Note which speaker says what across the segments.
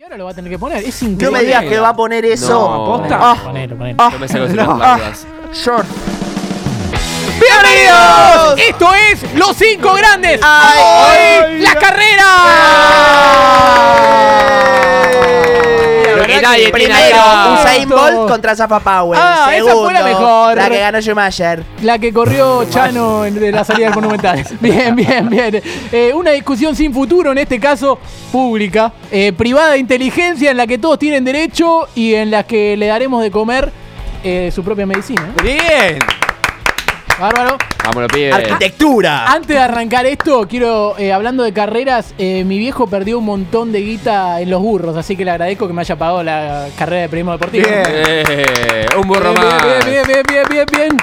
Speaker 1: Claro, lo va a tener que poner. Es increíble.
Speaker 2: No me digas que va a poner eso.
Speaker 3: No.
Speaker 1: Ponelo,
Speaker 3: Ah.
Speaker 1: ponelo, ponelo.
Speaker 2: Ah.
Speaker 3: Yo me salgo sin
Speaker 2: No.
Speaker 3: las dudas.
Speaker 2: Short.
Speaker 1: ¡Bienvenidos! Esto es Los Cinco Grandes.
Speaker 2: Ay.
Speaker 1: ¡Hoy las
Speaker 2: Ah.
Speaker 1: carreras!
Speaker 3: Lo que nadie tiene
Speaker 2: Primero,
Speaker 3: acá.
Speaker 2: Usain Bolt contra Zafa Power.
Speaker 1: Ah, esa
Speaker 2: Segundo,
Speaker 1: fue la mejor.
Speaker 2: La que ganó Schumacher.
Speaker 1: La que corrió Chano en- de la salida del Monumental. Bien, bien, bien. Eh, una discusión sin futuro, en este caso pública, eh, privada de inteligencia, en la que todos tienen derecho y en la que le daremos de comer eh, su propia medicina.
Speaker 3: Bien.
Speaker 1: Bárbaro.
Speaker 3: Vámonos, pibes.
Speaker 2: Arquitectura.
Speaker 1: Antes de arrancar esto, quiero, eh, hablando de carreras, eh, mi viejo perdió un montón de guita en los burros, así que le agradezco que me haya pagado la carrera de periodismo deportivo.
Speaker 3: Eh, un burro
Speaker 1: Bien,
Speaker 3: más.
Speaker 1: Bien, bien, bien, bien, bien, bien.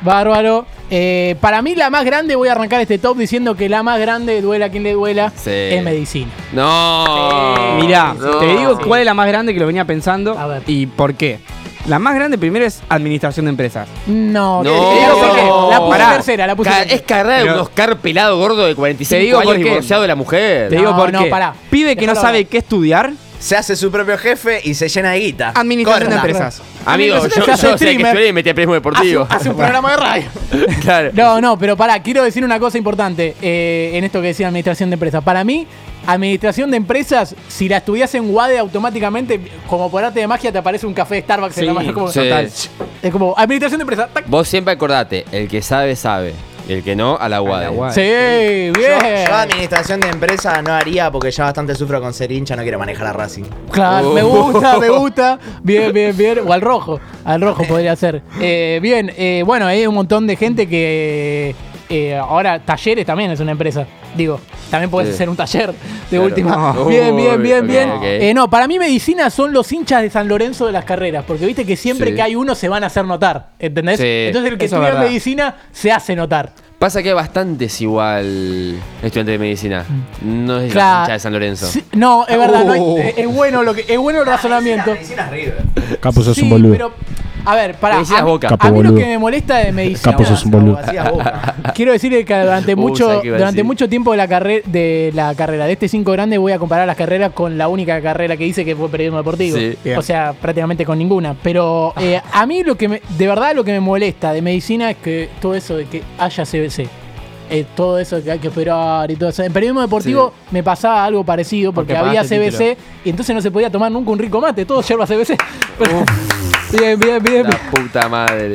Speaker 1: Bárbaro. Eh, para mí la más grande, voy a arrancar este top diciendo que la más grande, duela a quien le duela,
Speaker 3: Sí.
Speaker 1: es medicina.
Speaker 3: No.
Speaker 4: Mirá,
Speaker 3: No.
Speaker 4: te digo cuál es la más grande que lo venía pensando
Speaker 1: A ver.
Speaker 4: y por qué. La más grande primero es administración de empresas.
Speaker 1: No,
Speaker 3: No.
Speaker 1: te digo por qué. la puse
Speaker 3: Pará.
Speaker 1: tercera, la puse
Speaker 3: Ca-
Speaker 1: tercera.
Speaker 3: es carrera de
Speaker 4: Pero-
Speaker 3: un Oscar pelado gordo de 45
Speaker 4: Te digo
Speaker 3: años
Speaker 4: por qué.
Speaker 3: divorciado de la mujer.
Speaker 4: Te digo
Speaker 1: No,
Speaker 4: por
Speaker 1: no,
Speaker 4: qué.
Speaker 1: pará.
Speaker 4: Pibe que no
Speaker 1: Dejalo
Speaker 4: sabe
Speaker 1: hablar.
Speaker 4: qué estudiar,
Speaker 2: Se hace su propio jefe y se llena de guita.
Speaker 4: administración de
Speaker 2: Corta.
Speaker 4: empresas.
Speaker 3: Amigo, yo,
Speaker 1: Amigo,
Speaker 3: yo,
Speaker 1: yo soy
Speaker 3: sé que
Speaker 1: streamer.
Speaker 3: estudié y metí a periodismo deportivo.
Speaker 1: Hace un programa de radio.
Speaker 3: claro.
Speaker 1: No, no, pero pará, quiero decir una cosa importante eh, en esto que decía administración de empresas. Para mí, administración de empresas, si la estudias en WADE automáticamente, como por arte de magia, te aparece un café de Starbucks en la mano. Como,
Speaker 3: sí.
Speaker 1: Es como administración de empresas. tac.
Speaker 3: Vos siempre acordate, el que sabe, sabe. Y el que no, a la
Speaker 4: A la
Speaker 3: guada.
Speaker 4: guada.
Speaker 1: Sí, bien.
Speaker 2: Yo, yo administración de empresa no haría porque ya bastante sufro con ser hincha, no quiero manejar a Racing.
Speaker 1: Claro,
Speaker 3: Oh.
Speaker 1: me gusta, me gusta. Bien, bien, bien. O al rojo. Al rojo podría ser. Eh, bien, eh, bueno, hay un montón de gente que. eh, ahora, talleres también es una empresa. Digo, también puedes
Speaker 3: Sí.
Speaker 1: hacer un taller de
Speaker 3: Claro.
Speaker 1: última.
Speaker 3: No.
Speaker 1: Bien, bien,
Speaker 3: Uy,
Speaker 1: bien,
Speaker 3: ok,
Speaker 1: bien.
Speaker 3: ok.
Speaker 1: Eh, no, para mí, medicina son los hinchas de San Lorenzo de las carreras. Porque viste que siempre
Speaker 3: Sí.
Speaker 1: que hay uno se van a hacer notar. ¿Entendés?
Speaker 3: Sí.
Speaker 1: Entonces, el que
Speaker 4: Eso es
Speaker 1: estudia
Speaker 4: verdad.
Speaker 1: medicina se hace notar.
Speaker 3: Pasa que hay bastante desigual estudiante de medicina. No es la
Speaker 1: Mm. Claro.
Speaker 3: hincha de San Lorenzo. Uh.
Speaker 1: Sí, no, es verdad. no hay- es, es bueno lo que, es bueno el razonamiento.
Speaker 5: Capo, sos
Speaker 1: sí,
Speaker 5: un boludo.
Speaker 1: pero. A ver, para. a,
Speaker 3: Medicina es
Speaker 1: mí-
Speaker 3: boca.
Speaker 1: a
Speaker 5: Capo,
Speaker 1: mí lo
Speaker 5: boludo.
Speaker 1: que me molesta de medicina.
Speaker 5: Capo, sos un boludo.
Speaker 1: Quiero decirle que durante
Speaker 3: Uh,
Speaker 1: mucho,
Speaker 3: ¿sabes qué iba a
Speaker 1: durante
Speaker 3: decir?
Speaker 1: mucho tiempo de la, carrera de la carrera de este 5 grande voy a comparar las carreras con la única carrera que hice que fue periodismo deportivo.
Speaker 3: Sí.
Speaker 4: Bien.
Speaker 1: O sea, prácticamente con ninguna. Pero eh, a mí lo que me- de verdad lo que me molesta de medicina es que todo eso de que haya CBC. eh, todo eso que hay que esperar y todo eso. En periodismo deportivo me pasaba algo parecido porque,
Speaker 4: Porque
Speaker 1: había
Speaker 4: pagaste el
Speaker 1: CBC y entonces no se podía tomar nunca un rico mate, todo yerba CBC. bien, bien, bien.
Speaker 3: La puta madre.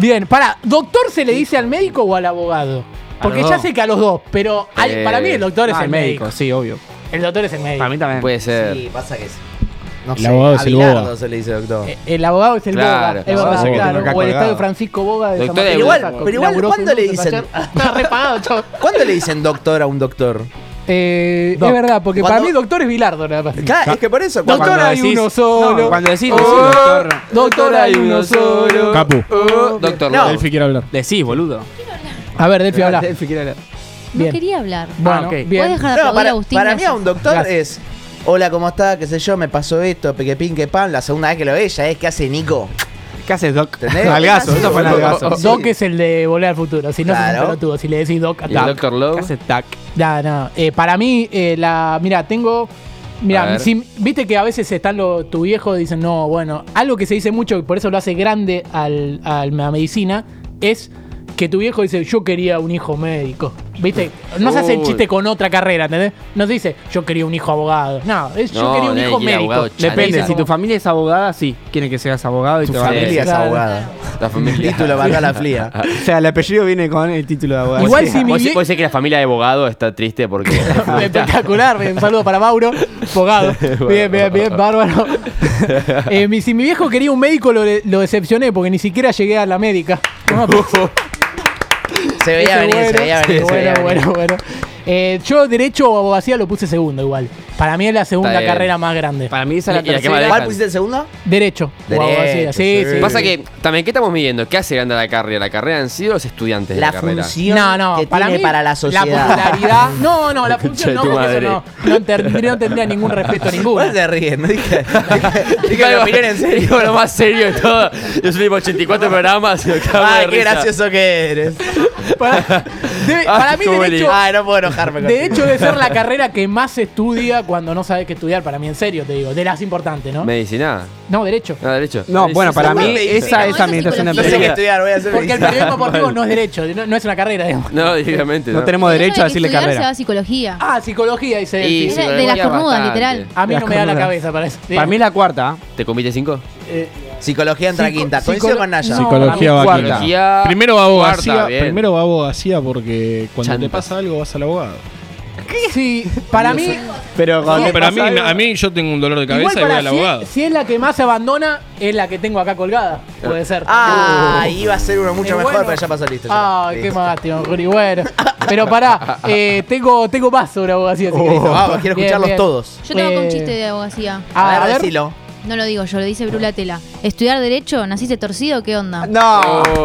Speaker 1: Bien, para, ¿doctor se le dice al médico o al abogado? Porque
Speaker 4: los
Speaker 1: ya
Speaker 4: dos.
Speaker 1: sé que a los dos, pero al-
Speaker 3: Eh,
Speaker 1: para mí el doctor es
Speaker 4: Ah,
Speaker 1: el médico.
Speaker 4: sí, obvio.
Speaker 1: El doctor es el médico.
Speaker 4: Para mí también.
Speaker 3: Puede ser.
Speaker 2: Sí, pasa que sí. No
Speaker 5: Eh. El abogado
Speaker 2: a
Speaker 5: es el
Speaker 2: Bilardo
Speaker 5: boba.
Speaker 2: se le dice doctor.
Speaker 1: Eh, El abogado es el
Speaker 3: Claro,
Speaker 1: Boga. Es
Speaker 3: no,
Speaker 1: verdad,
Speaker 5: sí,
Speaker 1: claro.
Speaker 4: que lo
Speaker 1: O el
Speaker 4: colgado.
Speaker 1: estadio Francisco Boga de San
Speaker 3: Doctor de
Speaker 1: Martín.
Speaker 3: Boca.
Speaker 1: Saco,
Speaker 2: Pero igual,
Speaker 1: laburó
Speaker 2: ¿cuándo
Speaker 1: seis
Speaker 2: le
Speaker 1: minutos
Speaker 2: dicen?
Speaker 1: ayer. Está repagado, chavo.
Speaker 2: ¿Cuándo le dicen doctor a un doctor?
Speaker 1: Eh,
Speaker 2: Doc.
Speaker 1: es verdad, porque para
Speaker 2: ¿Cuándo?
Speaker 1: mí doctor es Bilardo nada más.
Speaker 2: Claro, es que por eso.
Speaker 1: Doctor
Speaker 2: cuando-
Speaker 1: hay uno solo.
Speaker 4: no, cuando decís,
Speaker 1: Oh.
Speaker 4: decís, doctor.
Speaker 1: Doctor hay uno solo.
Speaker 5: Capu.
Speaker 3: Oh, doctor
Speaker 2: No.
Speaker 3: Love.
Speaker 5: Delphi quiere hablar.
Speaker 4: Decís, boludo.
Speaker 1: A ver, Delphi, habla.
Speaker 4: Delphi quiere hablar.
Speaker 1: Bien.
Speaker 6: No quería hablar.
Speaker 1: Bueno,
Speaker 4: Ah, ok.
Speaker 6: ¿Puedes
Speaker 1: bien.
Speaker 6: dejar de
Speaker 2: No,
Speaker 6: aplaudir a
Speaker 2: para,
Speaker 6: Agustín?
Speaker 2: para mí
Speaker 6: Gracias.
Speaker 2: a un doctor
Speaker 1: Gracias.
Speaker 2: es. Hola, ¿cómo está? ¿Qué sé yo? Me pasó esto, peque pin, que pan. La segunda vez que lo ve ella es que hace Nico.
Speaker 4: ¿Qué haces, Doc?
Speaker 2: ¿Entendés?
Speaker 4: Nalgazo, eso fue
Speaker 2: Boludo.
Speaker 4: nalgazo.
Speaker 2: Sí.
Speaker 1: Doc es el de volver al futuro. Si no, sos un
Speaker 2: Claro.
Speaker 1: pelotudo. Si le decís Doc,
Speaker 3: Y el
Speaker 1: acá.
Speaker 3: doctor
Speaker 4: ¿Qué
Speaker 3: Love.
Speaker 4: haces, Tac?
Speaker 1: No, no. Eh, para mí, eh, la. Mira, tengo.
Speaker 3: A
Speaker 1: Mira,
Speaker 3: ver.
Speaker 1: si- viste que a veces están los, tu viejo dicen, no, bueno, algo que se dice mucho y por eso lo hace grande al, al- a la medicina es que tu viejo dice, yo quería un hijo médico. ¿Viste? No se hace el
Speaker 3: Uy.
Speaker 1: chiste con otra carrera, ¿entendés? No se dice, yo quería un hijo abogado. No, es yo
Speaker 3: No,
Speaker 1: quería un
Speaker 3: nadie
Speaker 1: hijo
Speaker 3: quiere abogado,
Speaker 1: médico.
Speaker 3: chale,
Speaker 4: Depende,
Speaker 3: Analiza.
Speaker 4: si tu familia es abogada, sí, quieren que seas abogado y
Speaker 2: Tu
Speaker 4: te va a
Speaker 2: familia es
Speaker 1: Claro.
Speaker 2: abogada.
Speaker 3: La
Speaker 2: El
Speaker 3: familia.
Speaker 2: título mató a la fría.
Speaker 3: Ah,
Speaker 4: O sea, el apellido viene con el título de abogado.
Speaker 1: Igual
Speaker 3: Vos-
Speaker 1: si mi
Speaker 3: vos-
Speaker 1: vie-
Speaker 3: vos decís que la familia de abogado está triste porque.
Speaker 1: Espectacular, un saludo para Mauro, abogado. Bien, bien, bien, bárbaro. Eh, mi- si mi viejo quería un médico, lo, lo decepcioné porque ni siquiera llegué a la médica. No, pero-
Speaker 2: Se veía
Speaker 1: Ese
Speaker 2: venir, se
Speaker 1: bueno,
Speaker 2: veía venir.
Speaker 1: sí,
Speaker 2: se veía
Speaker 1: Bueno,
Speaker 2: venir.
Speaker 1: bueno, bueno. Eh, yo derecho o abogacía lo puse segundo igual. Para mí es la segunda
Speaker 3: bien.
Speaker 1: carrera más grande.
Speaker 4: Para mí esa es la
Speaker 3: Y- y la que más
Speaker 4: tercera.
Speaker 3: dejan.
Speaker 2: ¿Cuál pusiste el segundo?
Speaker 1: Derecho. o
Speaker 2: Derecho,
Speaker 1: abogacía. Sí,
Speaker 2: sí.
Speaker 1: sí.
Speaker 3: Pasa que también, ¿qué estamos midiendo? ¿Qué hace grande la carrera? ¿La carrera en sí o los estudiantes de la,
Speaker 2: La
Speaker 3: carrera?
Speaker 2: función
Speaker 1: no, no,
Speaker 2: que
Speaker 1: para
Speaker 2: tiene
Speaker 1: mí,
Speaker 2: para la
Speaker 1: La
Speaker 2: sociedad.
Speaker 1: popularidad. No, no, la
Speaker 3: Concha de
Speaker 1: función no,
Speaker 3: tu
Speaker 1: porque eso
Speaker 3: madre.
Speaker 1: no, no, tendría, no tendría ningún respeto ninguno.
Speaker 2: ¿Cuál te ríes? No dije. dije- Dije mi
Speaker 3: Digo,
Speaker 2: opinión en serio.
Speaker 3: digo lo más serio de todo. Yo soy tipo 84 programas. y me cago de
Speaker 2: Ay, qué
Speaker 3: risa.
Speaker 2: gracioso que eres.
Speaker 1: Debe- para mí,
Speaker 3: Ay,
Speaker 1: derecho,
Speaker 2: Ay, no puedo enojarme con
Speaker 1: de hecho, debe ser la carrera que más se estudia cuando no sabes qué estudiar. Para mí, en serio, te digo. De las importantes, ¿no?
Speaker 3: Medicina.
Speaker 1: No, derecho.
Speaker 3: No, derecho.
Speaker 4: No, bueno, para
Speaker 2: Eso es
Speaker 4: mí
Speaker 2: medicina.
Speaker 4: esa es
Speaker 2: Eso es
Speaker 4: administración de
Speaker 2: No sé qué
Speaker 4: empresas.
Speaker 2: estudiar, voy a hacer
Speaker 1: Porque el
Speaker 2: medicina.
Speaker 1: periodismo deportivo no es derecho, no, no es una carrera, digamos.
Speaker 3: No, directamente.
Speaker 4: No tenemos derecho a decirle
Speaker 5: Se
Speaker 4: carrera.
Speaker 5: va a psicología.
Speaker 1: Ah, psicología, dice Delphi.
Speaker 3: Y
Speaker 5: Es de-
Speaker 3: sí,
Speaker 5: de las
Speaker 3: ya
Speaker 5: cornudas,
Speaker 3: bastante.
Speaker 5: literal.
Speaker 1: A mí
Speaker 4: Las
Speaker 1: no me da la
Speaker 4: cornudas.
Speaker 1: cabeza para eso.
Speaker 4: Para mí la cuarta.
Speaker 3: ¿Te comiste cinco?
Speaker 1: Eh,
Speaker 2: Psicología entra
Speaker 1: Psico-
Speaker 2: quinta.
Speaker 1: psico-
Speaker 2: Coincido con Naya.
Speaker 1: No,
Speaker 6: Psicología
Speaker 1: a mí
Speaker 6: va
Speaker 4: cuarta.
Speaker 6: quinta.
Speaker 3: Psicología.
Speaker 1: Ah,
Speaker 6: Primero va abogacía,
Speaker 3: Cuarta, bien.
Speaker 6: primero va abogacía porque cuando te
Speaker 3: Chanta.
Speaker 6: pasa algo vas al abogado.
Speaker 1: Sí, para mí.
Speaker 4: Pero cuando
Speaker 1: No,
Speaker 4: te
Speaker 6: Pero a mí,
Speaker 4: pasa algo-
Speaker 6: a mí yo tengo un dolor de
Speaker 1: Igual
Speaker 6: cabeza y voy
Speaker 1: para
Speaker 6: al
Speaker 1: si,
Speaker 6: abogado.
Speaker 1: es, si es la que más se abandona, es la que tengo acá colgada. Puede ser.
Speaker 2: Ah, iba a ser uno mucho
Speaker 1: Eh,
Speaker 2: mejor,
Speaker 1: bueno.
Speaker 2: pero ya pasó listo. ya.
Speaker 1: Ah,
Speaker 2: Sí.
Speaker 1: qué más, tío, Juli, bueno. Pero pará, eh, tengo, tengo más sobre abogacía. así que eso.
Speaker 2: Vamos, quiero
Speaker 1: Bien,
Speaker 2: escucharlos
Speaker 1: bien.
Speaker 2: todos.
Speaker 5: Yo tengo acá
Speaker 1: Eh,
Speaker 5: un chiste de abogacía.
Speaker 1: A, ver,
Speaker 2: decilo.
Speaker 5: No lo digo yo, lo dice Brula Tela. ¿Estudiar Derecho? ¿Naciste torcido? ¿Qué onda?
Speaker 4: No.
Speaker 3: Oh,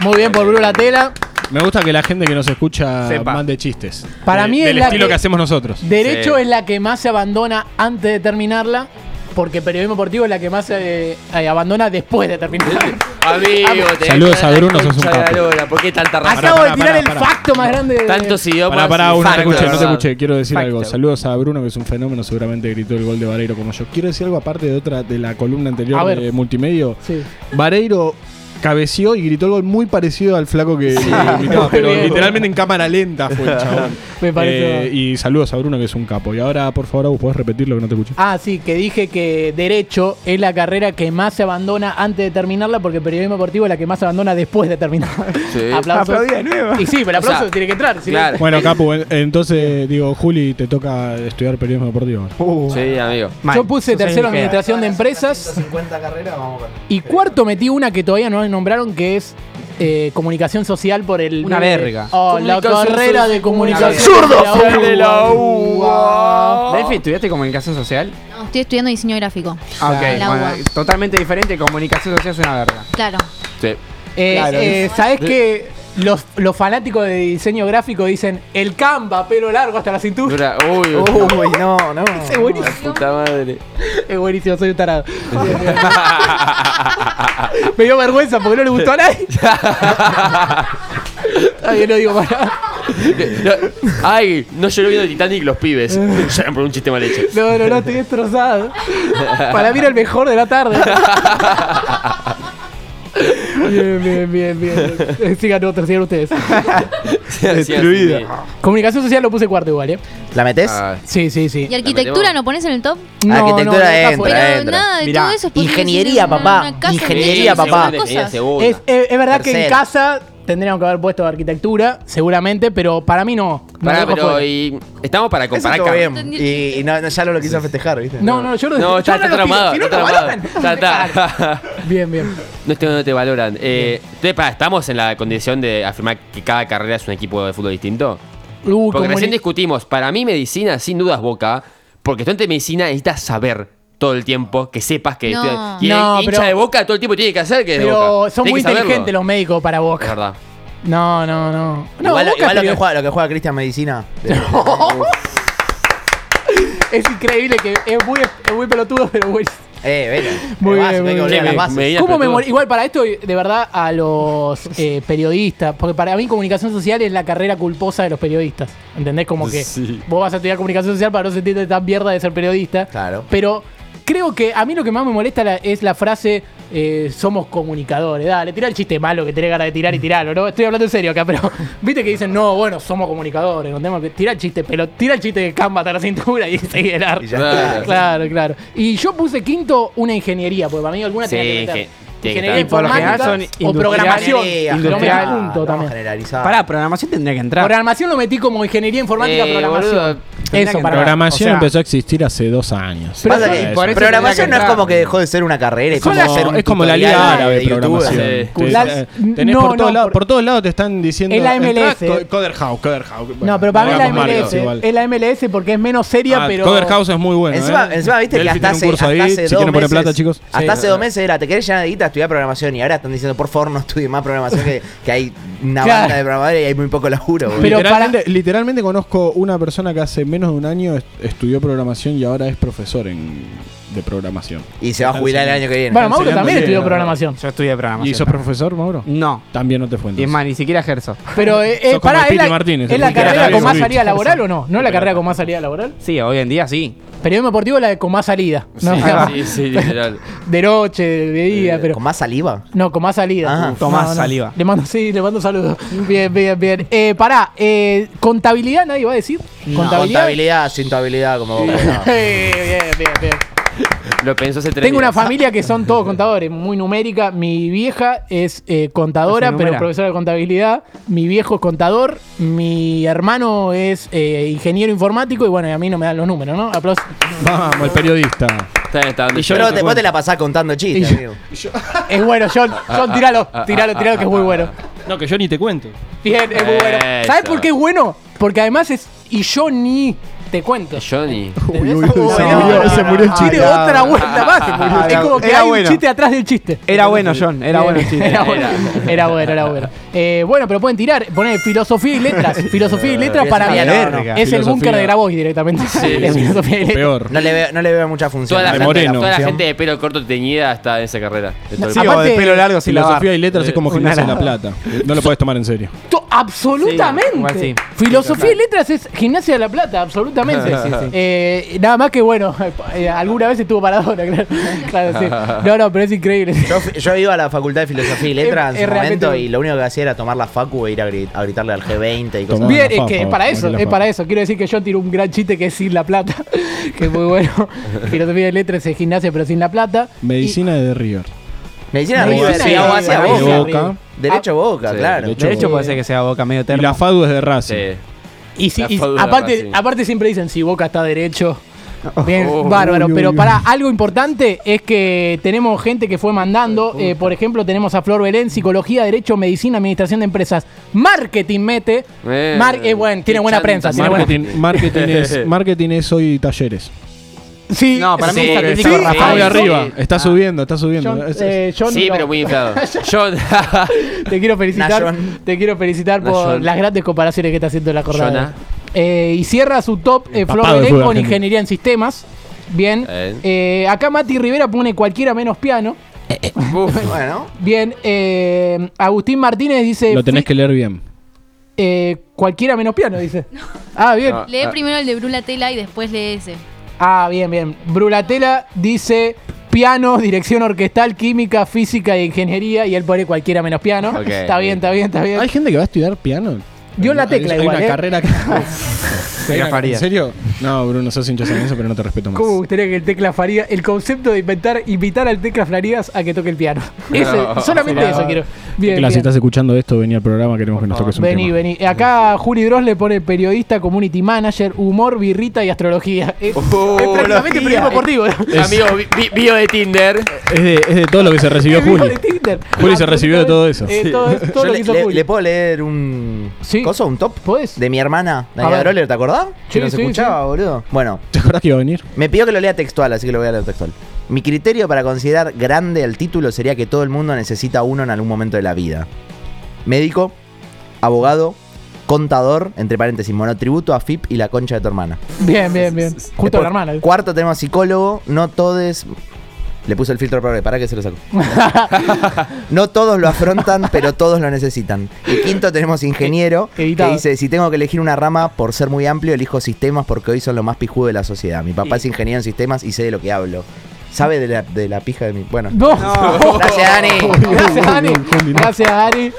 Speaker 1: muy bien por Bruno la tela.
Speaker 6: Me gusta que la gente que nos escucha
Speaker 4: Sepa.
Speaker 6: mande chistes.
Speaker 1: Para
Speaker 6: De-
Speaker 1: mí es
Speaker 6: del
Speaker 1: la
Speaker 6: estilo
Speaker 1: que-
Speaker 6: que... hacemos nosotros.
Speaker 1: Derecho
Speaker 3: Sí.
Speaker 1: es la que más se abandona antes de terminarla, porque periodismo deportivo es la que más se eh, eh, abandona después de terminar.
Speaker 3: Amigo, te
Speaker 6: Saludos
Speaker 3: dejan
Speaker 6: a
Speaker 3: la
Speaker 6: Bruno, sos un
Speaker 3: concha de la
Speaker 6: capo.
Speaker 3: lora, ¿Por qué tanta razón?
Speaker 1: Acabo
Speaker 6: pará,
Speaker 1: de tirar
Speaker 6: pará,
Speaker 1: el
Speaker 6: pará.
Speaker 1: facto más grande de
Speaker 3: Tantos idiomas.
Speaker 6: Pará, pará, uno, no te
Speaker 3: Facto,
Speaker 6: escuché, no te
Speaker 3: ¿verdad?
Speaker 6: escuché. Quiero decir
Speaker 4: Facto.
Speaker 6: algo. Saludos a Bruno, que es un fenómeno, seguramente gritó el gol de Vareiro como yo. Quiero decir algo aparte de otra, de la columna
Speaker 1: A
Speaker 6: anterior
Speaker 1: ver.
Speaker 6: de multimedio.
Speaker 1: Sí.
Speaker 6: Vareiro cabeció y gritó el gol muy parecido al flaco que que gritó,
Speaker 1: muy
Speaker 6: pero
Speaker 1: bien.
Speaker 6: literalmente en cámara lenta fue el chabón.
Speaker 1: Me parece-
Speaker 6: Eh, y saludos a Bruno, que es un capo. Y ahora, por favor, vos podés repetir lo que no te escuché.
Speaker 1: Ah, sí, que dije que Derecho es la carrera que más se abandona antes de terminarla, porque periodismo deportivo es la que más se abandona después de terminarla.
Speaker 3: Sí.
Speaker 1: Aplausos.
Speaker 4: Aplaudí de nuevo.
Speaker 1: Y sí, pero el
Speaker 3: O sea,
Speaker 1: aplauso tiene que entrar. si no-
Speaker 3: claro.
Speaker 6: Bueno, Capu, en- entonces digo, Juli, te toca estudiar periodismo deportivo.
Speaker 3: Sí, amigo.
Speaker 4: Mal.
Speaker 1: Yo puse
Speaker 4: Yo soy
Speaker 1: tercero
Speaker 4: un genio.
Speaker 1: administración de empresas
Speaker 2: 150 carreras, vamos a ver.
Speaker 1: y cuarto metí una que todavía no nombraron, que es eh, comunicación social por el...
Speaker 4: Una verga.
Speaker 1: Oh, la
Speaker 3: Comunicación
Speaker 1: carrera
Speaker 3: social.
Speaker 1: de comunicación.
Speaker 2: ¡Zurdo!
Speaker 1: de la UBA.
Speaker 4: Delphi, ¿estudiaste comunicación social?
Speaker 5: No, estoy estudiando diseño gráfico.
Speaker 4: Ah, ok.
Speaker 5: El agua.
Speaker 4: bueno, totalmente diferente. Comunicación social es una verga.
Speaker 5: Claro.
Speaker 3: Sí.
Speaker 1: Eh,
Speaker 4: Claro,
Speaker 1: eh, ¿Sabés que los, los fanáticos de diseño gráfico dicen el Canva, pelo largo hasta la cintura?
Speaker 3: Dura- Uy,
Speaker 2: Uy, no, no.
Speaker 1: Es buenísimo,
Speaker 3: la puta madre.
Speaker 1: es buenísimo, soy un tarado. Me dio vergüenza porque no le gustó a nadie. Está bien, no digo más nada.
Speaker 3: No, Ay, no lloró viendo Titanic los pibes. Lloran por un chiste mal hecho.
Speaker 1: No, no, no, estoy destrozado. Para mí era el mejor de la tarde. Bien, bien, bien, bien. Eh, Sigan otros, sigan ustedes.
Speaker 3: Destruida.
Speaker 1: Comunicación social lo puse cuarto igual, ¿eh?
Speaker 2: ¿La metés?
Speaker 3: Ah,
Speaker 1: Sí, sí, sí.
Speaker 5: ¿Y arquitectura
Speaker 3: metemos?
Speaker 5: no pones en el top?
Speaker 2: Arquitectura
Speaker 1: la deja
Speaker 2: entra,
Speaker 3: eh,
Speaker 1: fuera.
Speaker 5: Pero
Speaker 2: entra.
Speaker 5: nada de
Speaker 4: Mirá,
Speaker 5: todo eso es porque
Speaker 2: ingeniería,
Speaker 5: tenés una-
Speaker 2: papá.
Speaker 5: una casa,
Speaker 2: Ingeniería,
Speaker 5: tenés
Speaker 2: papá.
Speaker 5: esas cosas.
Speaker 1: Es, es- es verdad que en
Speaker 2: Tercero.
Speaker 1: casa tendríamos que haber puesto arquitectura, seguramente, pero para mí no. Me
Speaker 3: Pará,
Speaker 1: dejo
Speaker 3: pero
Speaker 1: fuera.
Speaker 3: y estamos para
Speaker 2: Eso
Speaker 3: comparar
Speaker 2: estuvo
Speaker 3: carreras.
Speaker 2: bien. Y, y no, no, ya no lo quiso festejar, ¿viste?
Speaker 1: No, no, yo lo
Speaker 3: No,
Speaker 1: yo
Speaker 3: está, está
Speaker 1: lo pido,
Speaker 3: traumado.
Speaker 1: si no
Speaker 3: Está
Speaker 1: lo
Speaker 3: traumado.
Speaker 1: valoran.
Speaker 3: Está, está.
Speaker 1: Bien, bien.
Speaker 3: No te, no te valoran. Eh, entonces, pará, ¿estamos en la condición de afirmar que cada carrera es un equipo de fútbol distinto?
Speaker 1: Uh,
Speaker 3: Porque
Speaker 1: comuni-
Speaker 3: recién discutimos, para mí medicina, sin dudas, Boca, porque estudiante de medicina necesitas saber todo el tiempo, que sepas que...
Speaker 5: No.
Speaker 3: estudiante- Y
Speaker 1: No,
Speaker 3: el hincha
Speaker 1: pero-
Speaker 3: de Boca todo el tiempo tiene que hacer que es de
Speaker 1: pero
Speaker 3: Boca.
Speaker 1: son
Speaker 3: Tiene
Speaker 1: muy
Speaker 3: que saberlo.
Speaker 1: inteligentes los médicos para Boca.
Speaker 3: Es verdad.
Speaker 1: No, no, no. No,
Speaker 2: igual
Speaker 1: Boca
Speaker 2: igual lo, que
Speaker 1: pero-
Speaker 2: juega, lo que juega Cristian Medicina.
Speaker 1: Es increíble que es muy, es muy pelotudo, pero bueno.
Speaker 2: Eh, bueno.
Speaker 1: Muy bien, muy
Speaker 2: es básico, hay que volver
Speaker 1: bien.
Speaker 2: a las bases.
Speaker 3: Me- Medidas,
Speaker 1: ¿Cómo
Speaker 3: pero
Speaker 1: me
Speaker 3: todo.
Speaker 1: mol- Igual para esto, de verdad, a los eh, periodistas, porque para mí comunicación social es la carrera culposa de los periodistas. ¿Entendés? Como que
Speaker 3: Sí.
Speaker 1: vos vas a estudiar comunicación social para no sentirte tan mierda de ser periodista.
Speaker 2: Claro.
Speaker 1: Pero creo que a mí lo que más me molesta la- es la frase eh, somos comunicadores. Dale, tira el chiste malo que tenés ganas de tirar y tirarlo, ¿no? Estoy hablando en serio acá, pero viste que dicen, no, bueno, somos comunicadores, no tenemos que. Tira el chiste, pero tira el chiste de Canva hasta la cintura y seguí el arte.
Speaker 2: Y ya
Speaker 3: Claro.
Speaker 2: está.
Speaker 1: Claro, claro. Y yo puse quinto una ingeniería, porque para mí alguna
Speaker 3: Sí,
Speaker 1: tenía que meter.
Speaker 3: que- tiene que
Speaker 1: Ingeniería
Speaker 3: estar.
Speaker 4: Por lo general
Speaker 1: informática
Speaker 4: son
Speaker 1: o
Speaker 4: industrial,
Speaker 1: programación.
Speaker 2: Ingeniería,
Speaker 1: Lo metí
Speaker 4: industrial.
Speaker 1: junto
Speaker 2: no,
Speaker 1: también.
Speaker 2: generalizado.
Speaker 4: Pará, programación tendría que entrar.
Speaker 1: Programación lo metí como ingeniería informática,
Speaker 3: Eh,
Speaker 1: programación.
Speaker 3: boludo,
Speaker 4: tendría
Speaker 1: Eso
Speaker 4: que
Speaker 1: para
Speaker 4: entrar.
Speaker 6: Programación
Speaker 4: o sea-
Speaker 6: empezó a existir hace dos años.
Speaker 1: Pero
Speaker 2: Pasa
Speaker 1: eso-
Speaker 2: que
Speaker 6: Eso.
Speaker 4: por eso
Speaker 2: programación no
Speaker 4: tendría
Speaker 2: es
Speaker 4: que
Speaker 2: como que
Speaker 4: entrar.
Speaker 2: dejó de ser una carrera, es
Speaker 1: Son
Speaker 2: como
Speaker 1: las-
Speaker 2: ser
Speaker 6: No,
Speaker 2: un
Speaker 6: es como la Liga
Speaker 2: tutorial
Speaker 6: Árabe de
Speaker 2: YouTube.
Speaker 6: programación.
Speaker 3: Sí.
Speaker 6: Te-
Speaker 1: Las-
Speaker 6: eh, tenés
Speaker 1: no,
Speaker 6: por, todos
Speaker 1: no,
Speaker 6: lados,
Speaker 1: por-
Speaker 6: por todos lados te están diciendo.
Speaker 1: Es la
Speaker 6: entrá,
Speaker 1: MLS.
Speaker 6: Co- Coder House, Coder House.
Speaker 1: No,
Speaker 6: Bueno,
Speaker 1: pero para mí la
Speaker 6: hagamos mal,
Speaker 1: MLS.
Speaker 6: igual.
Speaker 1: Es la MLS porque es menos seria,
Speaker 6: Ah,
Speaker 1: pero.
Speaker 6: Coder House es muy bueno.
Speaker 2: Encima,
Speaker 6: eh.
Speaker 2: encima viste
Speaker 6: Delphi
Speaker 2: que hasta
Speaker 6: tiene un
Speaker 2: hace,
Speaker 6: curso
Speaker 2: hasta
Speaker 6: ahí,
Speaker 2: hace
Speaker 6: si
Speaker 2: dos
Speaker 6: quieren poner
Speaker 2: meses,
Speaker 6: plata, chicos.
Speaker 2: Hasta hace dos meses era, te querés llenar de guita, estudiar programación y ahora están diciendo, por favor, no estudies más programación, que, que hay una
Speaker 1: Claro.
Speaker 2: banda de programadores y hay muy poco laburo. boludo.
Speaker 1: Pero
Speaker 6: literalmente, literalmente conozco una persona que hace menos de un año est- estudió programación y ahora es profesor en, de programación.
Speaker 2: Y se va a jubilar el año que viene.
Speaker 1: Bueno, Mauro
Speaker 6: enseñando
Speaker 1: también
Speaker 6: bien,
Speaker 1: estudió
Speaker 6: ¿no?
Speaker 1: programación.
Speaker 4: Yo estudié programación.
Speaker 6: ¿Y sos profesor, Mauro?
Speaker 4: No.
Speaker 6: También no te fue
Speaker 4: Y Mm. es
Speaker 6: entonces.
Speaker 4: más, ni siquiera ejerzo.
Speaker 1: Pero eh, eh,
Speaker 6: Sos como
Speaker 1: pará,
Speaker 6: el
Speaker 1: ¿es
Speaker 6: Piti
Speaker 1: la,
Speaker 6: Martínez,
Speaker 1: ¿es la
Speaker 6: el
Speaker 1: carrera
Speaker 6: Piti
Speaker 1: con más
Speaker 6: Martínez.
Speaker 1: salida laboral o no? ¿No es la carrera con más salida laboral?
Speaker 4: Sí, hoy en día sí.
Speaker 1: Periodismo deportivo es la de con más salida. ¿no?
Speaker 3: Sí, sí, sí, literal.
Speaker 1: De noche, de día, pero.
Speaker 2: Con más saliva.
Speaker 1: No, con más salida.
Speaker 2: Ajá.
Speaker 1: Uf,
Speaker 4: Ah, Tomás
Speaker 1: no, no.
Speaker 4: Saliva.
Speaker 1: Le mando, sí, le mando saludos. Bien, bien, bien. Eh, pará, eh, contabilidad nadie va a decir. Contabilidad.
Speaker 2: Contabilidad, sin contabilidad, como vos. bueno.
Speaker 1: Eh, bien, bien, bien.
Speaker 3: Lo pensó hace tres
Speaker 1: Tengo una
Speaker 3: días.
Speaker 1: familia que son todos contadores, muy numérica. Mi vieja es eh,
Speaker 4: Se
Speaker 1: contadora,
Speaker 4: numera.
Speaker 1: pero profesora de contabilidad. Mi viejo es contador. Mi hermano es eh, ingeniero informático. Y bueno, y a mí no me dan los números, ¿no? Aplausos.
Speaker 6: Vamos, el periodista.
Speaker 3: Está bien, está bien.
Speaker 2: Y yo
Speaker 3: Pero
Speaker 2: no te, vos te la pasás contando chistes,
Speaker 1: Y-
Speaker 2: amigo.
Speaker 1: Es bueno, John. John, tíralo, tíralo, tíralo, que es muy bueno.
Speaker 7: No, que yo ni te cuento.
Speaker 1: Bien, es muy bueno. ¿Sabes
Speaker 3: Eso.
Speaker 1: por qué es bueno? Porque además es. Y yo ni te cuento.
Speaker 3: Johnny.
Speaker 6: Uy, uy, uy,
Speaker 1: Uy,
Speaker 6: se
Speaker 1: no,
Speaker 6: murió,
Speaker 1: no,
Speaker 6: se
Speaker 1: no,
Speaker 6: murió el
Speaker 1: no,
Speaker 6: chiste.
Speaker 1: tiene
Speaker 4: Ah,
Speaker 1: otra
Speaker 4: ya.
Speaker 1: vuelta más.
Speaker 4: Ah,
Speaker 1: es
Speaker 4: ya.
Speaker 1: como que
Speaker 4: Era
Speaker 1: hay
Speaker 4: bueno.
Speaker 1: un chiste atrás del chiste.
Speaker 4: Era bueno, John. Era bueno el chiste.
Speaker 1: Era bueno, era bueno. Era bueno. Eh, bueno, pero pueden tirar, poner filosofía y letras. Filosofía y letras para mí
Speaker 2: Filosofía, no, no.
Speaker 1: es el
Speaker 6: Filosofía.
Speaker 1: búnker de Grabois directamente. De filosofía y letras.
Speaker 6: Peor.
Speaker 2: No le veo, no le veo mucha función.
Speaker 3: Toda la,
Speaker 6: De
Speaker 3: gente,
Speaker 6: Moreno.
Speaker 3: toda la
Speaker 6: Sí.
Speaker 3: gente de pelo corto teñida está en esa carrera. De todo el
Speaker 4: Sí,
Speaker 3: país.
Speaker 4: o
Speaker 1: Aparte-
Speaker 4: de pelo largo sin lavar.
Speaker 6: Filosofía y letras es como gimnasia de la plata. No lo puedes tomar en serio.
Speaker 1: To- absolutamente.
Speaker 4: Sí, igual sí.
Speaker 1: Filosofía y letras es gimnasia de la plata, absolutamente. Eh, nada más que bueno, eh, alguna vez estuvo Maradona, claro. Claro, sí. No, no, pero es increíble.
Speaker 2: Yo, fui- yo iba a la Facultad de Filosofía y Letras
Speaker 1: Es-
Speaker 2: en
Speaker 1: es
Speaker 2: su momento
Speaker 1: realmente-
Speaker 2: y lo único que hacía era tomar la facu e ir a, gri- a gritarle al G20 y cosas
Speaker 6: Tomá.
Speaker 2: así.
Speaker 1: Bien,
Speaker 6: la
Speaker 1: es
Speaker 6: fafa,
Speaker 1: que es
Speaker 6: vos,
Speaker 1: para
Speaker 6: metí
Speaker 1: eso,
Speaker 6: la
Speaker 1: es
Speaker 6: fafa.
Speaker 1: para eso. Quiero decir que yo tiro un gran chiste que es sin la plata, que es muy bueno. Filosofía de letras es gimnasia, pero sin la plata.
Speaker 6: Medicina de River.
Speaker 2: Medicina
Speaker 1: Medicina
Speaker 2: River,
Speaker 1: de
Speaker 2: sí, vos hacías
Speaker 1: River.
Speaker 2: Boca.
Speaker 1: Medicina
Speaker 6: De
Speaker 1: de
Speaker 6: Boca.
Speaker 1: Ah,
Speaker 2: Derecho Boca,
Speaker 3: Sí,
Speaker 2: claro.
Speaker 6: derecho
Speaker 4: De hecho, puede ser que sea boca medio
Speaker 6: Y
Speaker 4: termo.
Speaker 6: la FADU es de Racing.
Speaker 3: Sí.
Speaker 1: Y, y si-
Speaker 3: La
Speaker 1: y
Speaker 3: faula,
Speaker 1: aparte,
Speaker 3: Racing.
Speaker 1: aparte siempre dicen, si Boca está derecho. Bien,
Speaker 3: Oh,
Speaker 1: bárbaro.
Speaker 6: uy, uy,
Speaker 1: pero
Speaker 6: uy.
Speaker 1: para algo importante es que tenemos gente que fue mandando. eh, por ejemplo, tenemos a Flor Belén, Psicología, Derecho, Medicina, Administración de Empresas, Marketing mete.
Speaker 3: Eh,
Speaker 1: Mar- eh, bueno, tiene
Speaker 3: qué
Speaker 1: buena
Speaker 3: chanta,
Speaker 1: prensa. tiene buena-
Speaker 6: Marketing, marketing, es, marketing es hoy talleres.
Speaker 1: Sí,
Speaker 4: No, para mí
Speaker 1: sí,
Speaker 4: es
Speaker 1: sí,
Speaker 4: estadístico
Speaker 1: Ah, sí,
Speaker 4: Rafael.
Speaker 6: Muy
Speaker 3: sí.
Speaker 6: arriba. Está subiendo, está subiendo.
Speaker 1: John,
Speaker 6: Es- es-
Speaker 1: eh, John
Speaker 3: Sí,
Speaker 1: iba-
Speaker 3: pero muy inflado. John.
Speaker 1: Te quiero felicitar.
Speaker 2: Nayon.
Speaker 1: Te quiero felicitar por
Speaker 3: Nayon.
Speaker 1: las grandes comparaciones que está haciendo la jornada.
Speaker 3: Yona.
Speaker 1: Eh, y cierra su top eh, Flor
Speaker 6: Empapado de
Speaker 1: Belén
Speaker 6: fútbol
Speaker 1: con
Speaker 6: argentino.
Speaker 1: ingeniería en sistemas. Bien.
Speaker 3: Bien.
Speaker 1: Eh, acá Mati Rivera pone cualquiera menos piano.
Speaker 3: Uf.
Speaker 2: Bueno,
Speaker 1: Bien. eh, Agustín Martínez dice.
Speaker 6: lo tenés
Speaker 1: fi-
Speaker 6: que leer bien.
Speaker 1: eh, cualquiera menos piano, dice. Ah, bien.
Speaker 3: No.
Speaker 5: Lee
Speaker 3: Ah.
Speaker 5: primero el de Brula Tela y después lee ese.
Speaker 1: Ah, bien, bien. Brulatela dice piano, dirección orquestal, química, física e ingeniería. Y él pone cualquiera menos piano.
Speaker 3: Ok.
Speaker 1: Está bien, está bien, está bien.
Speaker 6: Hay gente que va a estudiar piano.
Speaker 1: Dio la tecla
Speaker 6: hay,
Speaker 1: igual,
Speaker 6: Hay una
Speaker 1: ¿eh?
Speaker 6: carrera que. Hay una-
Speaker 4: Faría.
Speaker 6: ¿En serio? No, Bruno, sos hincha de eso, pero no te respeto más.
Speaker 1: ¿Cómo me gustaría que el Tecla Faría, el concepto de inventar, invitar al Tecla Farías a que toque el piano? Ese-
Speaker 3: No.
Speaker 1: solamente eso quiero. Bien,
Speaker 6: Tecla, si
Speaker 1: bien.
Speaker 6: estás escuchando esto, vení al programa, queremos que nos toques un
Speaker 1: Vení,
Speaker 6: tema.
Speaker 1: vení. Acá Juli Dross le pone periodista, community manager, humor, birrita y astrología. Es, es prácticamente periodismo deportivo.
Speaker 3: Amigo, vi- vi- bio de Tinder.
Speaker 6: Es de, es de todo lo que se recibió Juli.
Speaker 1: De Tinder.
Speaker 6: Juli se recibió de todo eso.
Speaker 1: Eh, todo, todo
Speaker 2: yo
Speaker 1: lo que
Speaker 2: le,
Speaker 1: hizo
Speaker 2: le-
Speaker 1: Juli.
Speaker 2: le puedo leer un
Speaker 1: Sí.
Speaker 2: coso, un top
Speaker 1: ¿Podés?
Speaker 2: de mi hermana,
Speaker 1: A
Speaker 2: Nadia
Speaker 1: ver.
Speaker 2: Broller, ¿te acordás?
Speaker 1: Sí,
Speaker 2: que nos
Speaker 1: sí,
Speaker 2: escuchaba, boludo. Bueno,
Speaker 6: ¿Te acordás que iba a venir?
Speaker 2: Me pidió que lo lea textual, así que lo voy a leer textual. Mi criterio para considerar grande el título sería que todo el mundo necesita uno en algún momento de la vida. Médico, abogado, contador, entre paréntesis, monotributo, AFIP y la concha de tu hermana.
Speaker 1: Bien, bien, bien. Justo
Speaker 2: Después,
Speaker 1: la hermana.
Speaker 2: Cuarto tenemos psicólogo, no todes... Le puse el filtro progre, para que se lo saco. no todos lo afrontan, pero todos lo necesitan. Y quinto tenemos ingeniero,
Speaker 1: E- Editado.
Speaker 2: que dice, si tengo que elegir una rama, por ser muy amplio, elijo sistemas porque hoy son lo más pijudo de la sociedad. Mi papá es ingeniero en sistemas y sé de lo que hablo. ¿Sabe de la, de la pija de mi...? Bueno.
Speaker 1: No.
Speaker 2: Gracias, Dani.
Speaker 1: Gracias, Ari. Gracias, Ari.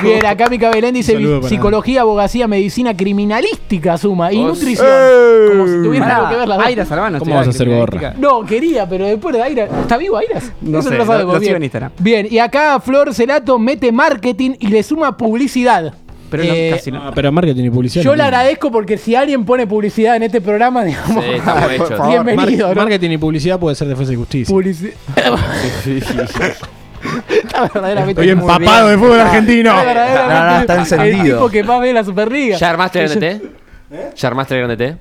Speaker 1: Bien, acá Mica Belén dice
Speaker 6: Saludo para-
Speaker 1: psicología, abogacía, medicina criminalística suma y
Speaker 3: Oh,
Speaker 1: nutrición. Como si tuviera
Speaker 4: Pará,
Speaker 1: algo que ver las dos.
Speaker 4: Aira Salvano.
Speaker 6: ¿Cómo vas a hacer gorra?
Speaker 1: No, quería, pero después de Aira. ¿Está vivo Airas?
Speaker 4: No
Speaker 1: Eso
Speaker 4: sé,
Speaker 1: lo sabemos.
Speaker 4: lo- lo
Speaker 1: bien.
Speaker 4: sigo en Instagram.
Speaker 1: Bien, y acá Flor Celato mete marketing y le suma publicidad.
Speaker 4: Pero no,
Speaker 1: Eh,
Speaker 4: casi
Speaker 6: Ah,
Speaker 4: no.
Speaker 6: pero marketing y publicidad.
Speaker 1: Yo le
Speaker 6: también.
Speaker 1: agradezco porque si alguien pone publicidad en este programa, digamos,
Speaker 3: Sí, estamos hechos.
Speaker 4: favor.
Speaker 6: Mar-
Speaker 1: bienvenido, ¿no?
Speaker 6: Marketing y publicidad puede ser defensa y justicia.
Speaker 1: Publici- Está verdaderamente.
Speaker 6: Estoy
Speaker 1: muy bien.
Speaker 6: empapado de fútbol argentino.
Speaker 1: Está verdaderamente
Speaker 2: No, no, está encendido.
Speaker 1: El tipo que más ve la Superliga.
Speaker 3: ¿Ya armaste el grande T? ¿Ya armaste el grande T?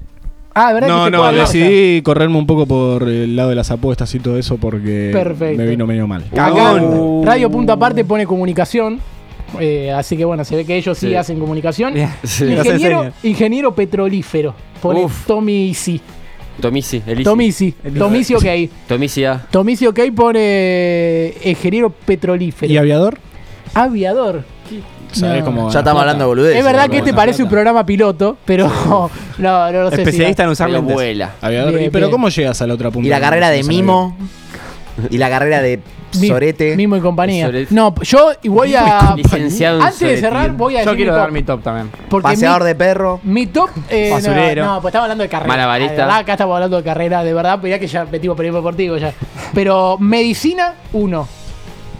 Speaker 1: Ah, ¿verdad? que
Speaker 6: No,
Speaker 1: se
Speaker 6: no,
Speaker 1: puede hablar?
Speaker 6: decidí correrme un poco por el lado de las apuestas y todo eso porque
Speaker 1: Perfecto.
Speaker 6: me vino medio mal.
Speaker 1: Acá,
Speaker 4: Cagón.
Speaker 1: Radio Punto Aparte pone comunicación. Eh, así que bueno, se ve que ellos sí,
Speaker 3: Sí.
Speaker 1: hacen comunicación.
Speaker 4: Bien.
Speaker 3: Sí.
Speaker 4: Nos
Speaker 1: Ingeniero,
Speaker 4: enseña.
Speaker 1: ingeniero petrolífero. Pone
Speaker 3: Uf.
Speaker 1: Tommy Isi.
Speaker 3: Tomisi, Elisi. ah.
Speaker 1: Tommy Isi.
Speaker 4: Elisi.
Speaker 1: Tommy Isi, ok.
Speaker 3: Tomisi A.
Speaker 1: Tommy Isi, ok, pone eh, ingeniero petrolífero.
Speaker 6: ¿Y aviador?
Speaker 1: Aviador.
Speaker 6: ¿Sabés
Speaker 2: Ya
Speaker 6: cómo gana
Speaker 2: estamos
Speaker 6: plata?
Speaker 2: hablando de boludez.
Speaker 1: Es verdad
Speaker 6: bueno,
Speaker 1: que este
Speaker 6: buena
Speaker 1: parece un
Speaker 6: plata.
Speaker 1: programa piloto, pero no, no, no sé. si-
Speaker 4: Especialista en usar
Speaker 3: Pero
Speaker 4: lentes.
Speaker 3: vuela.
Speaker 6: Aviador.
Speaker 1: Bien,
Speaker 6: ¿Y pero
Speaker 1: bien.
Speaker 6: cómo llegas a la otra punta?
Speaker 2: Y la carrera de
Speaker 6: Esa
Speaker 2: Mimo. Y la carrera de
Speaker 1: Mi-
Speaker 2: Sorete.
Speaker 1: Mimo y compañía.
Speaker 3: Sorete.
Speaker 1: No, yo voy a.
Speaker 3: Licenciado en
Speaker 1: Antes de
Speaker 3: Soletín.
Speaker 1: cerrar, voy a decir.
Speaker 4: Yo quiero
Speaker 1: mi top,
Speaker 4: dar mi top también.
Speaker 1: porque
Speaker 2: Paseador
Speaker 1: mi,
Speaker 2: de perro.
Speaker 1: mi top. eh,
Speaker 4: Basurero.
Speaker 1: No, no, pues estamos hablando de carrera.
Speaker 3: Malabarista.
Speaker 1: De verdad, acá estamos hablando de carrera, de verdad, pero ya que ya metimos periodismo deportivo ya. Pero medicina, uno.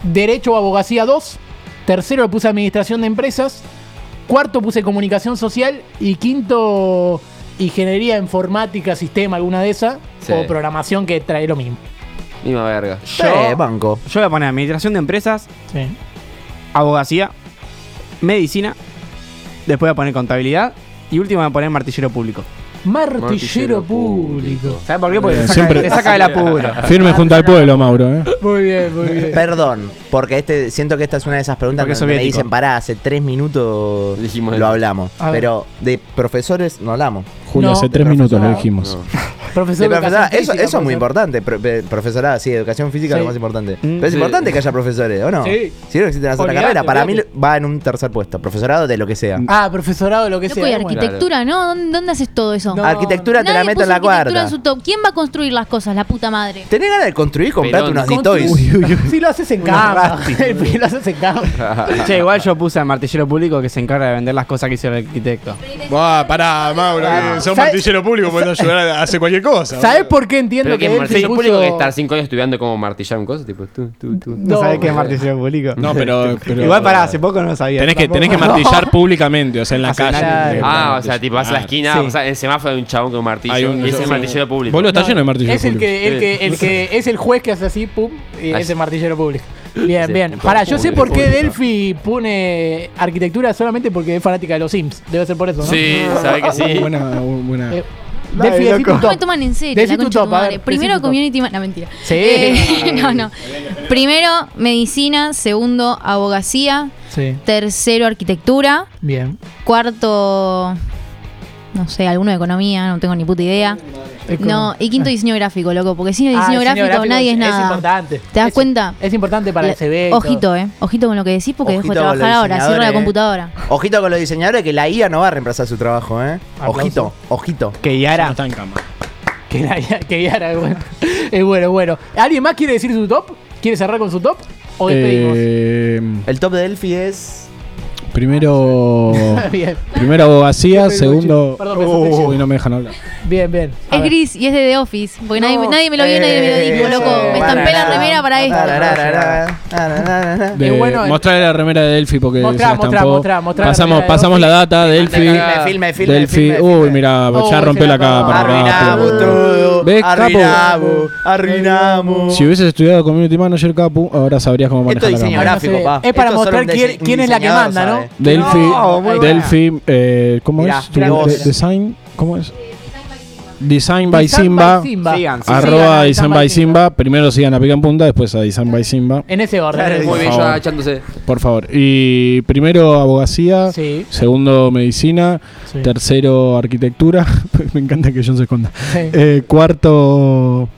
Speaker 1: Derecho o abogacía, dos. Tercero le puse administración de empresas. Cuarto puse comunicación social. Y quinto, ingeniería informática, sistema, alguna de esas.
Speaker 3: Sí.
Speaker 1: O programación que trae lo mismo.
Speaker 3: Misma verga.
Speaker 4: Yo,
Speaker 2: Eh, banco.
Speaker 4: yo voy a poner administración de empresas,
Speaker 1: Sí.
Speaker 4: abogacía, medicina, después voy a poner contabilidad y último voy a poner martillero público.
Speaker 1: Martillero,
Speaker 3: Martillero
Speaker 1: público.
Speaker 3: público.
Speaker 4: ¿Sabes por qué? Porque
Speaker 6: Eh,
Speaker 4: te saca,
Speaker 6: siempre-
Speaker 4: te saca del apuro.
Speaker 6: Firme junto al pueblo, Mauro. ¿eh?
Speaker 1: Muy bien, muy bien.
Speaker 2: Perdón, porque este siento que esta es una de esas preguntas
Speaker 4: Porque es
Speaker 2: que me
Speaker 4: soviético.
Speaker 2: dicen, pará, hace tres minutos
Speaker 3: Dijimos
Speaker 2: lo
Speaker 3: eso.
Speaker 2: hablamos.
Speaker 1: A ver.
Speaker 2: Pero de profesores no hablamos.
Speaker 6: Julio,
Speaker 1: No.
Speaker 6: hace tres minutos lo dijimos.
Speaker 3: No.
Speaker 1: Profesor
Speaker 2: De
Speaker 1: de educación
Speaker 2: profesorado, eso,
Speaker 1: física,
Speaker 2: eso es
Speaker 1: profesor.
Speaker 2: muy importante. Pro- pe- profesorado, sí, educación física es
Speaker 1: Sí. Mm.
Speaker 2: lo más importante. Pero es
Speaker 3: sí.
Speaker 2: importante que haya profesores, ¿o no?
Speaker 1: Sí.
Speaker 2: Si no existe la otra
Speaker 1: Olvidate,
Speaker 2: carrera, para mí
Speaker 1: olvidate.
Speaker 2: va en un tercer puesto. Profesorado de lo que sea.
Speaker 1: Ah, profesorado, lo que
Speaker 5: Loco, y
Speaker 1: sea. ¿eh? Bueno.
Speaker 5: arquitectura, ¿no? ¿Dónde, dónde haces todo eso?
Speaker 1: No.
Speaker 2: arquitectura te la
Speaker 5: Nadie
Speaker 2: meto
Speaker 5: puso
Speaker 2: en la
Speaker 5: arquitectura
Speaker 2: cuarta.
Speaker 5: en su top. ¿Quién va a construir las cosas? La puta madre.
Speaker 2: ¿Tenés ganas de construir? Comprate
Speaker 3: Pelón.
Speaker 2: unos
Speaker 1: Constru-
Speaker 2: ditoys.
Speaker 1: Si lo haces en cama. Si lo haces en cama.
Speaker 4: Che, igual yo puse al martillero público que se encarga de vender las cosas que hizo el arquitecto.
Speaker 6: Buah, pará, Mauro. que Sos
Speaker 1: ¿Sabes-
Speaker 6: martillero público, podés ayudar a hacer cualquier cosa.
Speaker 1: ¿Sabes por qué entiendo
Speaker 3: Pero
Speaker 1: que
Speaker 3: que
Speaker 1: él se
Speaker 3: Martillo Público
Speaker 1: puso-
Speaker 3: que estar cinco años estudiando como martillar un cosa, tipo tú, tú, tú.
Speaker 4: No,
Speaker 1: No,
Speaker 4: sabés qué es
Speaker 1: boludo.
Speaker 4: martillero público.
Speaker 6: No, pero. pero-
Speaker 4: igual pará, hace poco no lo sabía.
Speaker 6: Tenés que,
Speaker 4: Tampoco.
Speaker 6: tenés que martillar públicamente, o sea, en la
Speaker 4: Hace
Speaker 6: calle.
Speaker 4: nada.
Speaker 6: Eh,
Speaker 3: Ah, o
Speaker 6: martillar.
Speaker 3: sea, tipo vas a la
Speaker 6: Ah,
Speaker 3: esquina,
Speaker 4: Sí.
Speaker 3: o sea, en el semáforo hay un chabón con un martillo.
Speaker 6: Hay un-
Speaker 3: y ese
Speaker 6: sí.
Speaker 3: martillero público.
Speaker 6: Boludo, está lleno de martillos
Speaker 1: Es el que, el que, el que es el juez que hace así, pum, y
Speaker 3: Así.
Speaker 1: es el martillero público. Bien,
Speaker 3: Ese
Speaker 1: bien.
Speaker 3: puto
Speaker 1: Pará, yo sé
Speaker 3: público.
Speaker 1: por qué Delphi pone arquitectura solamente porque es fanática de los Sims. Debe ser por eso, ¿no?
Speaker 3: Sí, sabés que sí.
Speaker 6: Buena, buena.
Speaker 1: Eh,
Speaker 4: Dale,
Speaker 1: Delphi, decí tu
Speaker 4: loco.
Speaker 5: No
Speaker 1: top.
Speaker 5: me toman en serio.
Speaker 1: Decí
Speaker 5: la
Speaker 1: tu
Speaker 5: concha de
Speaker 1: top,
Speaker 5: tu
Speaker 1: a
Speaker 5: madre.
Speaker 1: ver,
Speaker 5: Primero
Speaker 1: decí tu top.
Speaker 5: community ma- No, mentira.
Speaker 1: Sí.
Speaker 5: Eh, no, no. Primero, medicina. Segundo, abogacía.
Speaker 1: Sí,
Speaker 5: Tercero, arquitectura.
Speaker 1: bien.
Speaker 5: Cuarto, no sé, alguno de economía, no tengo ni puta idea. No, y quinto, diseño gráfico, loco, porque sin el
Speaker 1: Ah,
Speaker 5: diseño, gráfico, nadie es,
Speaker 1: Es
Speaker 5: nada.
Speaker 1: importante.
Speaker 5: ¿Te das
Speaker 1: Es-
Speaker 5: cuenta?
Speaker 1: Es importante para
Speaker 5: La-
Speaker 1: el CV. y todo.
Speaker 5: Ojito, eh. Ojito con lo que decís porque dejo de
Speaker 2: Ojito con los
Speaker 5: trabajar ahora. Cierro la
Speaker 2: diseñadores, eh.
Speaker 5: computadora.
Speaker 2: Ojito con los diseñadores que la IA no va a reemplazar su trabajo, ¿eh?
Speaker 1: Aplausos.
Speaker 2: Ojito, ojito.
Speaker 4: Que
Speaker 6: Ya no
Speaker 4: Yara.
Speaker 6: está en cama.
Speaker 1: Que, la- que Yara, bueno. Es bueno, bueno. ¿Alguien más quiere decir su top? ¿Quiere cerrar con su top? ¿O despedimos?
Speaker 6: Eh,
Speaker 2: El top de Delphi es.
Speaker 6: primero.
Speaker 1: bien,
Speaker 6: primero abogacía,
Speaker 1: Yo soy
Speaker 6: segundo.
Speaker 1: Luchi. Perdón, me asusté.
Speaker 6: Uy, no me dejan hablar.
Speaker 1: bien, bien. A
Speaker 5: Es
Speaker 1: ver.
Speaker 5: gris y es de The Office, porque nadie,
Speaker 1: No,
Speaker 5: nadie me lo vio, nadie me lo dijo,
Speaker 1: eh,
Speaker 5: loco.
Speaker 1: eh,
Speaker 5: Me estampé la remera para esto.
Speaker 2: esto.
Speaker 6: De,
Speaker 1: Eh, bueno, el-
Speaker 6: mostrale la remera de Delphi porque
Speaker 1: Mostrá,
Speaker 6: se la
Speaker 1: mostrá,
Speaker 6: estampó.
Speaker 1: mostrá, mostrá la
Speaker 6: pasamos,
Speaker 1: remera de
Speaker 6: pasamos la data, Delphi.
Speaker 2: Filme, filme, filme.
Speaker 6: Delphi.
Speaker 2: filme,
Speaker 6: Uy,
Speaker 2: filme.
Speaker 6: mira,
Speaker 1: Oh,
Speaker 6: ya
Speaker 1: se la
Speaker 6: rompe uh, la capa.
Speaker 1: acabó.
Speaker 6: para acá,
Speaker 2: Arruinamos
Speaker 6: pero-
Speaker 2: todo.
Speaker 6: ¿Ves, capo?
Speaker 2: arruinamos, arruinamos.
Speaker 6: Si hubieses estudiado Community Manager, Capu, ahora sabrías cómo
Speaker 2: Esto
Speaker 6: manejar
Speaker 2: es
Speaker 6: la
Speaker 2: diseño
Speaker 6: cámara.
Speaker 1: Ahora
Speaker 2: gráfico,
Speaker 1: se ve.
Speaker 2: pa.
Speaker 1: Es para
Speaker 2: Esto solo
Speaker 1: mostrar
Speaker 2: un dise-
Speaker 1: quién-
Speaker 2: un
Speaker 1: quién es la que
Speaker 2: diseñador
Speaker 1: manda, ¿no?
Speaker 2: sabe.
Speaker 6: Delphi,
Speaker 4: No, muy
Speaker 6: Delphi eh, ¿cómo
Speaker 2: Mirá,
Speaker 6: es? Tu-
Speaker 2: mirá
Speaker 6: de-
Speaker 2: vos.
Speaker 6: design, ¿Cómo es? Eh, Design by
Speaker 1: Design
Speaker 6: Simba.
Speaker 4: Sigan,
Speaker 1: Sí, sigan
Speaker 6: Arroba
Speaker 1: a
Speaker 6: Design by Simba. Primero sigan a Pica en Punta, después a Design by Simba.
Speaker 1: En ese orden.
Speaker 3: Muy bien,
Speaker 6: Por
Speaker 3: yo
Speaker 6: favor.
Speaker 3: agachándose.
Speaker 6: Por favor. Y primero abogacía.
Speaker 1: Sí.
Speaker 6: Segundo medicina.
Speaker 1: Sí.
Speaker 6: Tercero arquitectura. Me encanta que John se esconda.
Speaker 1: Sí.
Speaker 6: Eh, cuarto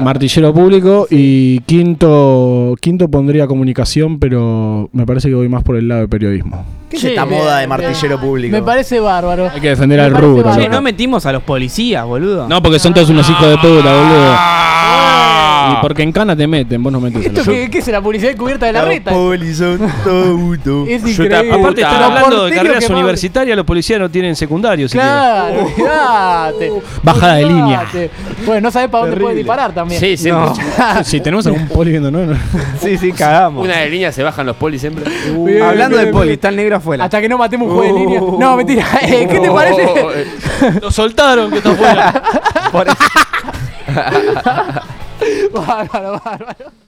Speaker 6: martillero público. Y quinto quinto pondría comunicación, pero me parece que voy más por el lado de periodismo.
Speaker 2: ¿Qué es esta
Speaker 1: Che,
Speaker 2: moda de martillero público?
Speaker 1: Me parece bárbaro.
Speaker 6: Hay que defender
Speaker 1: Me
Speaker 6: al
Speaker 1: parece
Speaker 6: rubro.
Speaker 1: bárbaro.
Speaker 4: Che,
Speaker 6: loco.
Speaker 4: no metimos a los policías, boludo.
Speaker 6: No, porque son todos unos hijos de puta, boludo. Ah.
Speaker 3: Ah.
Speaker 6: Y porque en cana te meten, vos no metes.
Speaker 1: ¿Esto qué, qué es la publicidad encubierta de la
Speaker 2: Los
Speaker 1: reta?
Speaker 2: polis son todo.
Speaker 1: Es
Speaker 7: Yo ta-
Speaker 1: increíble.
Speaker 7: aparte
Speaker 1: Pero
Speaker 7: están hablando de
Speaker 1: porteño
Speaker 7: carreras
Speaker 1: que más-
Speaker 7: universitarias, los policías no tienen secundarios.
Speaker 1: Claro, olvidate.
Speaker 6: Bajada de
Speaker 1: Olvidate. Bueno, no sabes para dónde puedes disparar también.
Speaker 3: Sí, siempre.
Speaker 4: No.
Speaker 6: Si tenemos algún poli viendo, ¿no? no.
Speaker 4: Sí, sí, cagamos.
Speaker 3: Una de líneas se bajan los polis siempre.
Speaker 1: Bien,
Speaker 4: Hablando
Speaker 1: bien,
Speaker 4: de
Speaker 1: bien.
Speaker 4: poli, está el negro afuera.
Speaker 1: Hasta que no matemos un juego de línea. No, mentira. Eh, ¿Qué te
Speaker 3: Oh,
Speaker 1: parece?
Speaker 3: eh,
Speaker 7: Lo soltaron, que está fuera.
Speaker 1: Bárbaro, bárbaro.